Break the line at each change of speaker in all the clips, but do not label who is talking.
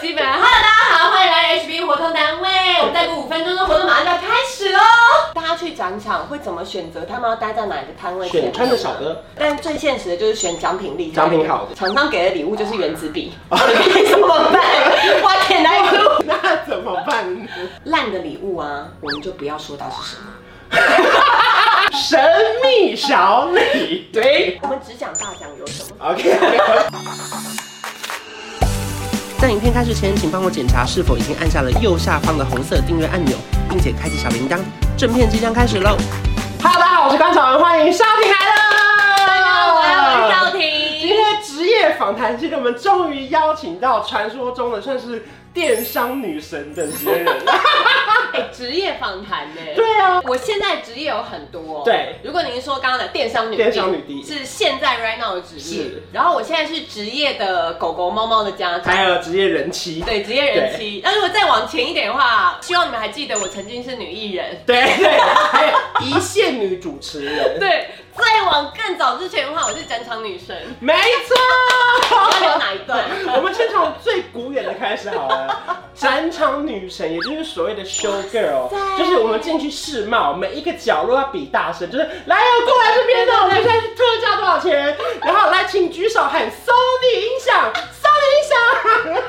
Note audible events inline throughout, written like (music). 基本。Hello，大家好，欢迎来 HB 活动单位。我们再过五分钟的活动马上就要开始喽。大家去展场会怎么选择？他们要待在哪一个摊位？
选穿着小。的，
但最现实的就是选奖品厉害。
奖品好的啊
厂商给的礼物就是原子笔， (laughs) 你怎么办？花钱来录
(laughs) 那怎么办？
烂的礼物啊，我们就不要说它是什么。
神秘小李，对
我们只讲大奖有什么。
，OK。在影片开始前，请帮我检查是否已经按下了右下方的红色订阅按钮，并且开启小铃铛。正片即将开始喽！Hello，大家好，我是关晓雯，欢迎少婷来了。
大家好，我是少
今
婷
天。的职业访谈系列，我们终于邀请到传说中的算是电商女神等级的人了。
哎，职业访谈呢？
(laughs) 对啊，
我现在职业有很多、
对，
如果您说刚刚的电商女帝
电商女帝
是现在 right now 的职业
是，
然后我现在是职业的狗狗猫猫的家
还
长。
有职业人妻。
对职业人妻，那如果再往前一点的话，希望你们还记得我曾经是女艺人。
(laughs) 对对，还有一线女主持人，
对，再往更早之前的话，我是展场女神。
没
要聊
错。
哪一段？
(laughs) 我们先从最古远的开始好了，展场女神，也就是所谓的 show girl，
塞
就是我们进去世贸，每一个角落要比大声，就是来哦，过来这边哦，我们现在是特价多少钱？然后来，请举手喊 Sony 音响，Sony 音响。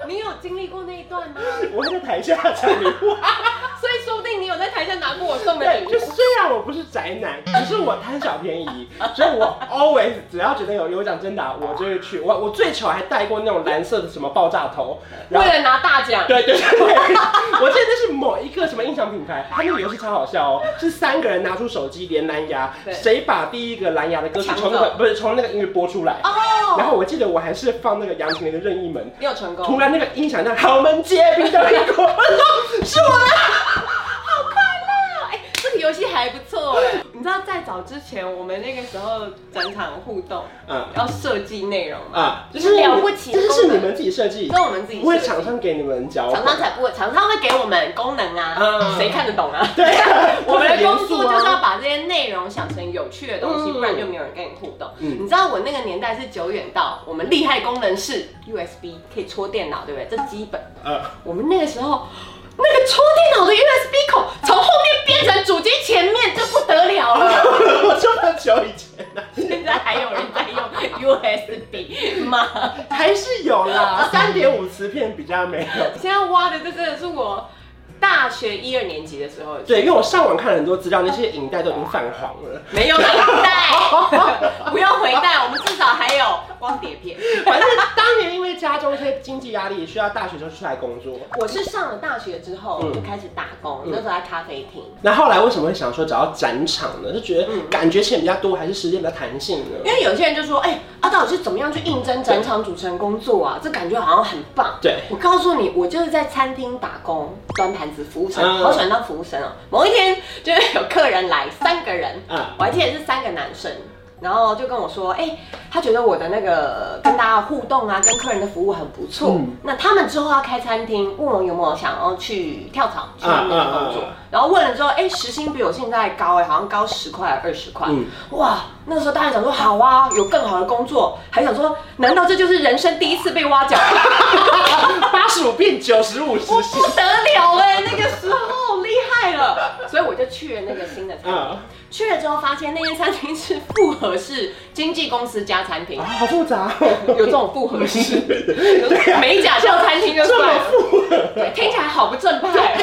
(laughs)
你有经历过那一段吗？
我会在台下抢礼物，
所以说不定你有在台下拿过我送的
对
礼，
就
物。
虽然我不是宅男，只是我贪小便宜，所以我 always 只要觉得有有奖征答，我就会去。我我最丑还戴过那种蓝色的什么爆炸头，然
为
后。
了拿大奖，
对对对，我记得那是某一个什么音响品牌，它那个游戏超好笑哦，是三个人拿出手机连蓝牙
对，
谁把第一个蓝牙的歌曲
抢
从那个
走
不是从那个音乐播出来，然
哦，
后我记得我还是放那个杨丞琳的《任意门》，
你有成功。
突然那个音响在豪门结冰的一锅，我说是我的。
好快乐！哎、这个游戏还不错哎。你知道在早之前，我们那个时候展场互动
嗯
要设计内容嘛，
啊，这
是了不起的
这
功能
是你们自己设计，
都我们自己
不会
设计。
厂商给你们脚
厂
本。
商才不会，厂商会给我们功能啊，
嗯
谁、看得懂 (laughs) 啊？
对啊，
我们的工作
我很严肃啊
就是要把这些内容想成有趣的东西，
嗯
不然就没有人跟你互动。
嗯
你知道我那个年代是久远到我们厉害功能是 USB 可以戳电脑，对不对？这基本。
呃， (laughs)
我们那个时候，那个戳电脑的 USB 孔从后面变成主机前面，这不得了了。
我说很久以前了，
现在还有人在用 USB 吗？
还是有啦，
(laughs)
三点五磁片比较没有。
现在挖的这真的是我大学一二年级的时候的事，
对，因为我上网看了很多资料，那些影带都已经泛黄了。
没有回带，不用回带，我们至少还有光碟片。
反正当年因为家中一些经济压力，需要大学就出来工作。
我是上了大学之后就开始打工，
嗯
那时候在咖啡厅。
那后来为什么会想说找到展场呢？就觉得
嗯
感觉钱比较多，还是时间比较弹性呢？
因为有些人就说，哎、啊，到底是怎么样去应征展场主持人工作啊？这感觉好像很棒。
对
我告诉你，我就是在餐厅打工，端盘子、服务生，
嗯
好喜欢当服务生哦。某一天就是有客人来，三个人，
啊，
我还记得是三个男生，然后就跟我说，哎、他觉得我的那个跟大家互动啊，跟客人的服务很不错。
嗯
那他们之后要开餐厅，问我有没有想要去跳槽去那边
啊啊啊
工作。然后问了之后，哎、时薪比我现在高哎、好像高十块二十块。
嗯
哇，那时候大家想说好啊，有更好的工作，还想说，难道这就是人生第一次被挖角？
八十五变九十五，
我 (laughs) 不得了哎、那个时候厉害了，所以我就去了那个新的餐厅。
啊，
去了之后发现那间餐厅是复合式经纪公司加餐厅
啊，，好复杂、
(laughs)
哦。
有这种复合式，
(laughs) 对啊
美甲叫餐厅就
这
算
么
了，
复合。
对，听起来好不正派。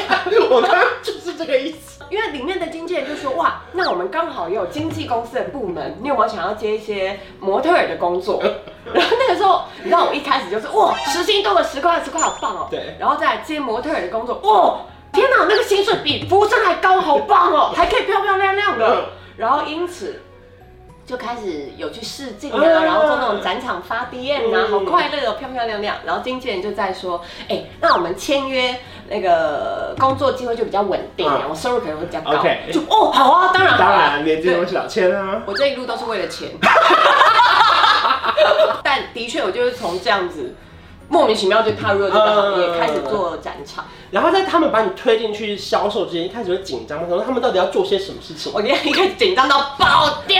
我刚刚就是这个意思。
因为里面的经纪人就说，哇，那我们刚好也有经纪公司的部门，你有没有想要接一些模特儿的工作？ (laughs) 然后那个时候，你知道我一开始就是哇，时薪多了十块二十块，好棒哦。
对
然后再来接模特儿的工作，哇，天哪，那个薪水比服务生还高，好棒哦，还可以漂漂亮亮
嗯
的。然后因此就开始有去试镜啊，
嗯
然后做那种展场发 DM 啊，
嗯
好快乐哦，漂漂亮亮。然后经纪人就在说，哎、那我们签约那个工作机会就比较稳定，啊
嗯
我收入可能会比较高。
OK
就哦，好啊，当然好
当
啊
然，年纪都是小千啊。
我这一路都是为了
(laughs)
钱，但的确，我就是从这样子莫名其妙就踏入了这个行业，
嗯
开始做展场。
然后在他们把你推进去销售之前，一开始会紧张吗？想说他们到底要做些什么事情？ (laughs)
我今天一开始紧张到爆掉，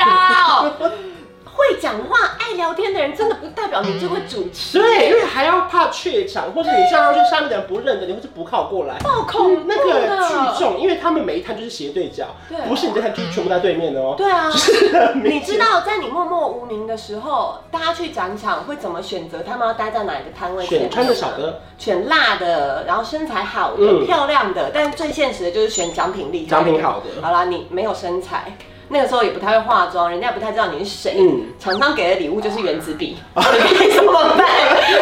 会讲话、爱聊天的人，真的不代表你就会主持。
对，因为还要怕怯场，或是你叫上去下面的人不认得你，或是不靠过来。
好恐怖
那
的
个聚众，因为他们每一摊就是斜对角，
对
不是你这摊就是全部在对面的哦。
对啊，
是的，
你知道在你默默无名的时候，大家去展场会怎么选择他们要待在哪一个摊位前面吗？
选穿的少的
选辣的，然后身材好的、
嗯
漂亮的，但最现实的就是选奖品厉害的。
奖品好的
好啦，你没有身材，那个时候也不太会化妆，人家也不太知道你是谁。
嗯啊
厂商给的礼物就是原子笔， (laughs) 你怎么办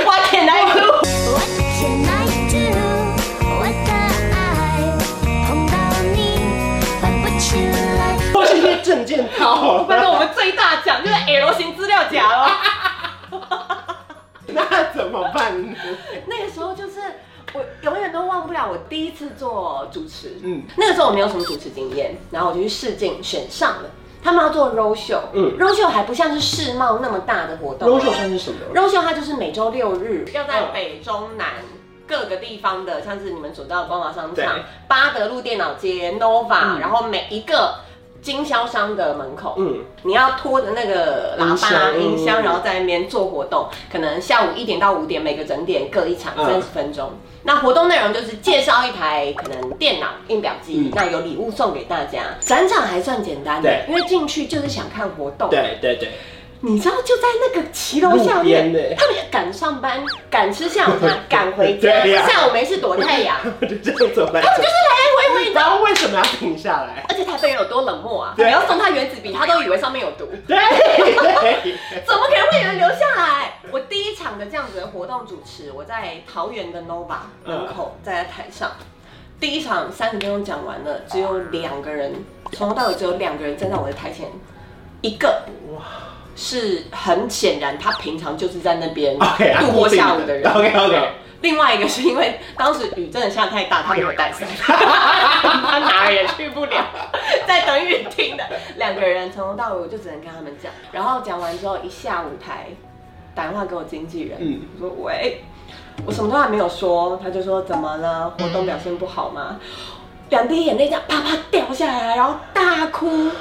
？What can I do？
What can I do? What can I? 碰到你翻不起来。
或是一些证件套。
反正我们最大奖就是 L 型资料夹哦了。
(laughs) 那怎么办呢？
那个时候就是我永远都忘不了我第一次做主持，
嗯
嗯，那个时候我没有什么主持经验，然后我就去试镜选上了，他们要做 roll show，
嗯
嗯，roll show 还不像是世贸那么大的活动
柔手算是什么？
，roll show 它就是每周六日哦要在北中南。各个地方的，像是你们所知道的光华商
对
场、巴德路电脑街、Nova，、
嗯
然后每一个经销商的门口，
嗯，
你要拖着那个喇叭
音箱
音箱，
嗯
然后在那边做活动，可能下午一点到五点，每个整点各一场
嗯
三十分钟。那活动内容就是介绍一台可能电脑印表机，
嗯
那有礼物送给大家。展场还算简单
对
的，因为进去就是想看活动。，
对对对，
你知道就在那个骑楼下面
路边的，
他们赶上班、赶吃下
(laughs)
午茶、赶回家，
对呀
下午没事躲太
(laughs)
阳，他们
就这样怎么办？
就是来来回回，你知道
然后为什么要停下来？
而且台北人有多冷漠啊！你
对
要送他原子笔，他都以为上面有毒。
对对，
(laughs) 怎么可能会有人留下来？我第一场的这样子的活动主持，我在桃园的 NOVA
嗯
门口站在台上，第一场三十分钟讲完了，只有两个人，从头到尾只有两个人站在我的台前，一个
哇
是很显然他平常就是在那边
(laughs) OK，啊
度过下午的人
OK，OK
另外一个是因为当时雨真的下太大，他没有带
(laughs)
伞，他哪儿也去不了， (laughs) 在等雨停的。两个人从头到尾我就只能跟他们讲，然后讲完之后一下舞台，打电话给我经纪人，
嗯
我说喂，我什么都还没有说，他就说怎么了？
嗯
活动表现不好吗？两滴眼泪这样啪啪掉下来，然后大哭。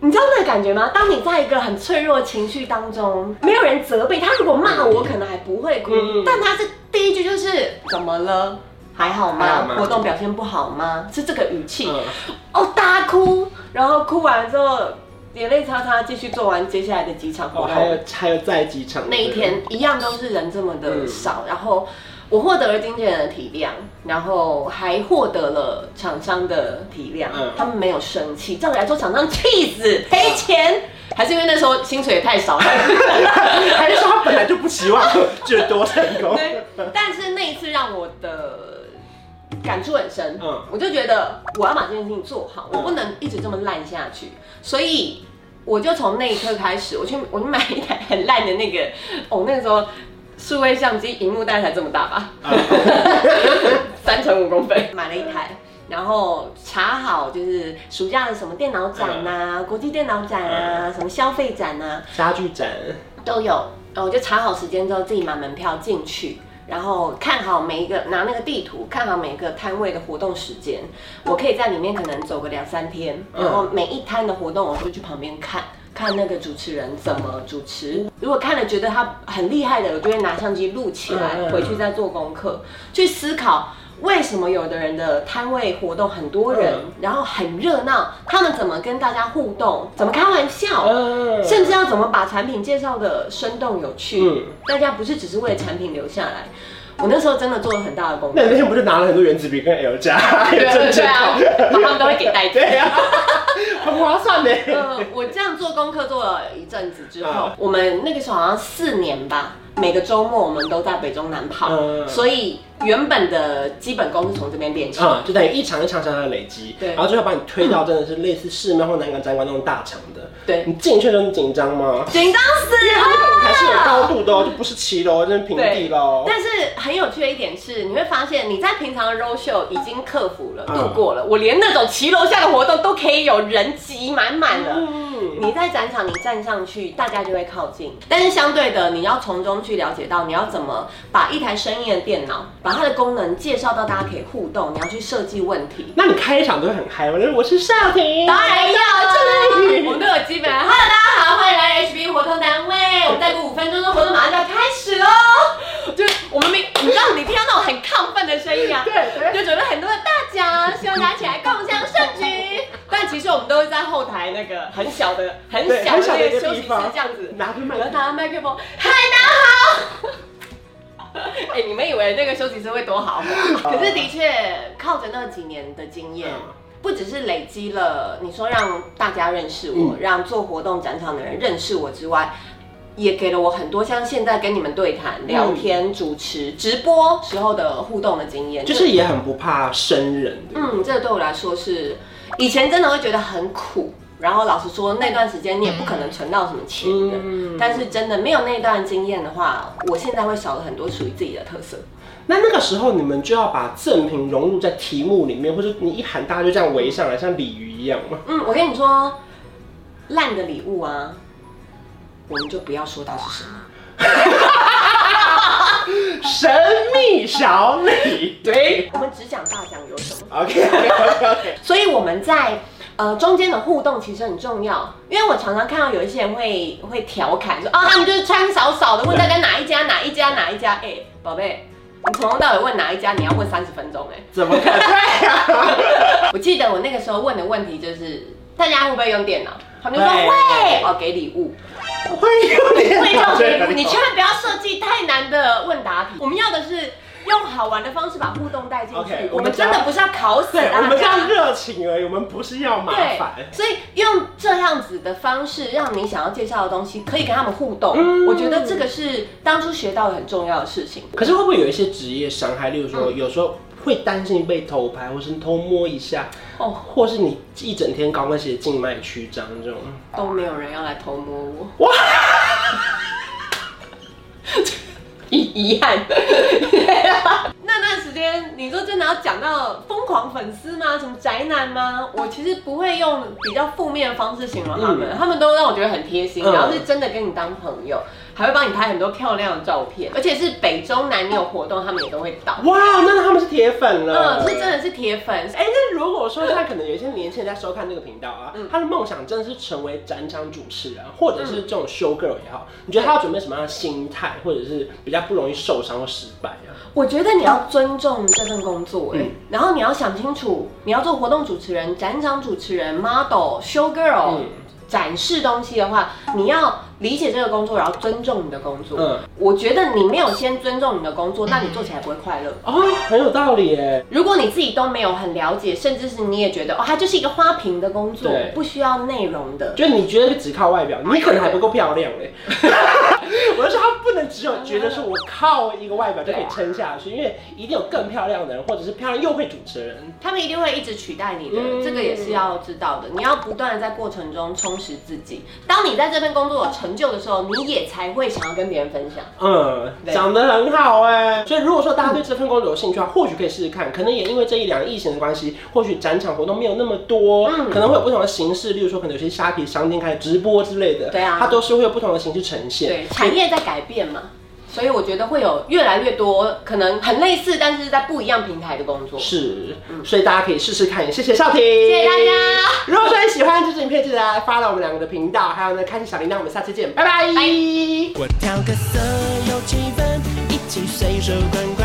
你知道那个感觉吗？当你在一个很脆弱的情绪当中，没有人责备他，如果骂我，可能还不会哭，
嗯
但他是第一句就是怎么了？还好
还好
吗
吗？
活动表现不好吗？是这个语气。
嗯
哦，大哭，然后哭完之后眼泪擦擦，继续做完接下来的几场活
我
动。
哦还有还有在机场
那一天一样都是人这么的
嗯
少，然后我获得了经纪人的体谅，然后还获得了厂商的体谅，
嗯
他们没有生气。照理来说，厂商气死赔钱，
嗯
还是因为那时候薪水也太少了。
还是说他本来就不期望就多成功？
对， (laughs) 但是那一次让我的感触很深，
嗯
我就觉得我要把这件事情做好，
嗯
我不能一直这么烂下去，所以我就从那一刻开始，我去我去买一台很烂的那个，哦，那个时候数位相机荧幕大概才这么大吧， (laughs) 三乘五公分，买了一台。然后查好就是暑假的什么电脑展呐、
嗯
国际电脑展啊，什么消费展啊呐、
家具展，
都有，然后我就查好时间之后自己买门票进去，然后看好每一个拿那个地图看好每一个摊位的活动时间，我可以在里面可能走个两三天，
嗯
然后每一摊的活动我就去旁边看。看那个主持人怎么
嗯
主持，如果看了觉得他很厉害的，我就会拿相机录起
嗯嗯
来，
嗯
回去再做功课，去思考为什么有的人的摊位活动很多人
嗯，
然后很热闹，他们怎么跟大家互动，怎么开玩笑，
嗯，
甚至要怎么把产品介绍的生动有趣，
嗯
大家不是只是为了产品留下来。我那时候真的做了很大的功
那
课，
你那天不就拿了很多原子笔跟 L 加，还有
啊
证件套？
然后他们都会给代
对啊呀，很划算呢。
嗯，我这样做功课做了一阵子之后
啊，
我们那个时候好像四年吧，每个周末我们都在北中南跑，
嗯
所以原本的基本功是从这边练起。
啊，就等于一场一场场的累积，
对
然后最后把你推到真的是类似世贸或南港展馆那种大场的。
对
你进去的时候你紧张吗？
紧张死
舞台是有
了！
高度的哦，就不是骑楼，就是平地喽。
但是很有趣的一点是，你会发现你在平常的 roll show 已经克服了、
嗯
度过了，我连那种骑楼下的活动都可以有人挤满满了。
嗯
嗯，你在展场你站上去，大家就会靠近。但是相对的，你要从中去了解到，你要怎么把一台生硬的电脑，把它的功能介绍到大家可以互动，你要去设计问题。
那你开场都会很嗨吗？就是我是少婷，
当然要，
这里
我们都有基本。Hello，大家好，欢迎来 HB 活动单位。我们再过五分钟，这活动马上就要开始喽。就是我们没，你知道，你听到那种很亢奋的声音啊，
对对，
就准备很多的大奖，希望大家起来共享盛举。 (laughs) 但其实我们都是在后台那个很小的、很
对
小
很小
的
的
那
一个
个休息
地
室
方
这样子，
拿着麦
我要
克
拿麦克
(laughs)
风，嗨，大家好。 (laughs) 哎、你们以为那个休息室会多好吗？可是的确，靠着那几年的经验
嗯，
不只是累积了你说让大家认识我，
嗯
让做活动展场的人认识我之外，也给了我很多像现在跟你们对谈、聊天、主持、直播时候的互动的经验，
就是也很不怕生人的，
嗯，这个对我来说是，以前真的会觉得很苦，然后老实说那段时间你也不可能存到什么钱的，
嗯
但是真的没有那段经验的话，我现在会少了很多属于自己的特色。
那那个时候你们就要把赠品融入在题目里面，或者你一喊大家就这样围上来，像鲤鱼一样嘛。
嗯，我跟你说，烂的礼物啊，我们就不要说它是什么。
神秘小李，对
我们只讲大奖有什么。
，OK OK OK，
所以我们在呃中间的互动其实很重要，因为我常常看到有一些人会会调侃说啊，他们就是穿少少的，问大家哪一家哪一家哪一家，哎、宝贝，你从头到尾问哪一家，你要问三十分钟哎、
怎么可能？对啊，
我记得我那个时候问的问题就是大家会不会用电脑，他们就说
会
会，哦给礼物，
会有点
会用礼物，你千
去。
万不要设计太难的问答题，我们要的是。用好玩的方式把互动带进去
OK，
我们真的不是要考死
对，
大家。
我们这样热情而已，我们不是要麻
对
烦，。
所以用这样子的方式，让你想要介绍的东西可以跟他们互动，
嗯
我觉得这个是当初学到的很重要的事情。
可是会不会有一些职业伤害？例如
嗯
说，有时候会担心被偷拍，或是偷摸一下，
哦，
或是你一整天高跟鞋静脉曲张这种。
都没有人要来偷摸我，
哇，
(laughs) 遗遗憾。 (laughs) 那段时间，你说真的要讲到疯狂粉丝吗？什么宅男吗？我其实不会用比较负面的方式形容他们，
嗯
他们都让我觉得很贴心，
嗯
然后是真的跟你当朋友，还会帮你拍很多漂亮的照片，而且是北中南你有活动，他们也都会到。
哇，那他们是铁粉了。
嗯，是真的是铁粉，
哎、那如果说现在可能有一些年轻人在收看这个频道啊，
嗯
他的梦想真的是成为展场主持人，或者是这种 show girl 也
嗯
好，你觉得他要准备什么样的心态，或者是比较不容易受伤或失败啊？
我觉得你要尊重这份工作、哎、
嗯
然后你要想清楚，你要做活动主持人、展场主持人、model、show girl，、
嗯
展示东西的话，你要理解这个工作，然后尊重你的工作。
嗯，
我觉得你没有先尊重你的工作，那你做起来不会快乐。
哦，很有道理耶。
如果你自己都没有很了解，甚至是你也觉得哦，它就是一个花瓶的工作
对，
不需要内容的。
就你觉得只靠外表，你可能还不够漂亮 (laughs) 嘞。我是说，他不能只有觉得说我靠一个外表就可以撑下去，因为一定有更漂亮的人，或者是漂亮又会主持的人。
他们一定会一直取代你的，
嗯
这个也是要知道的。你要不断的在过程中充实自己。当你在这份工作有成就的时候，你也才会想要跟别人分享。
嗯，
对
长得很好哎。所以如果说大家对这份工作有兴趣的话，或许可以试试看。可能也因为这一两疫情的关系，或许展场活动没有那么多，
嗯
可能会有不同的形式，例如说可能有些虾皮商店开始直播之类的，
对啊
它都是会有不同的形式呈现。
对，产业在改变嘛，所以我觉得会有越来越多可能很类似，但是在不一样平台的工作。
是，所以大家可以试试看。也谢谢少婷，谢
谢谢大家。
(laughs) 如果说你喜欢这支影片，记得来发到我们两个的频道，还有呢，开启小铃铛。我们下次见，拜拜。我调个色有气氛，一起随手关关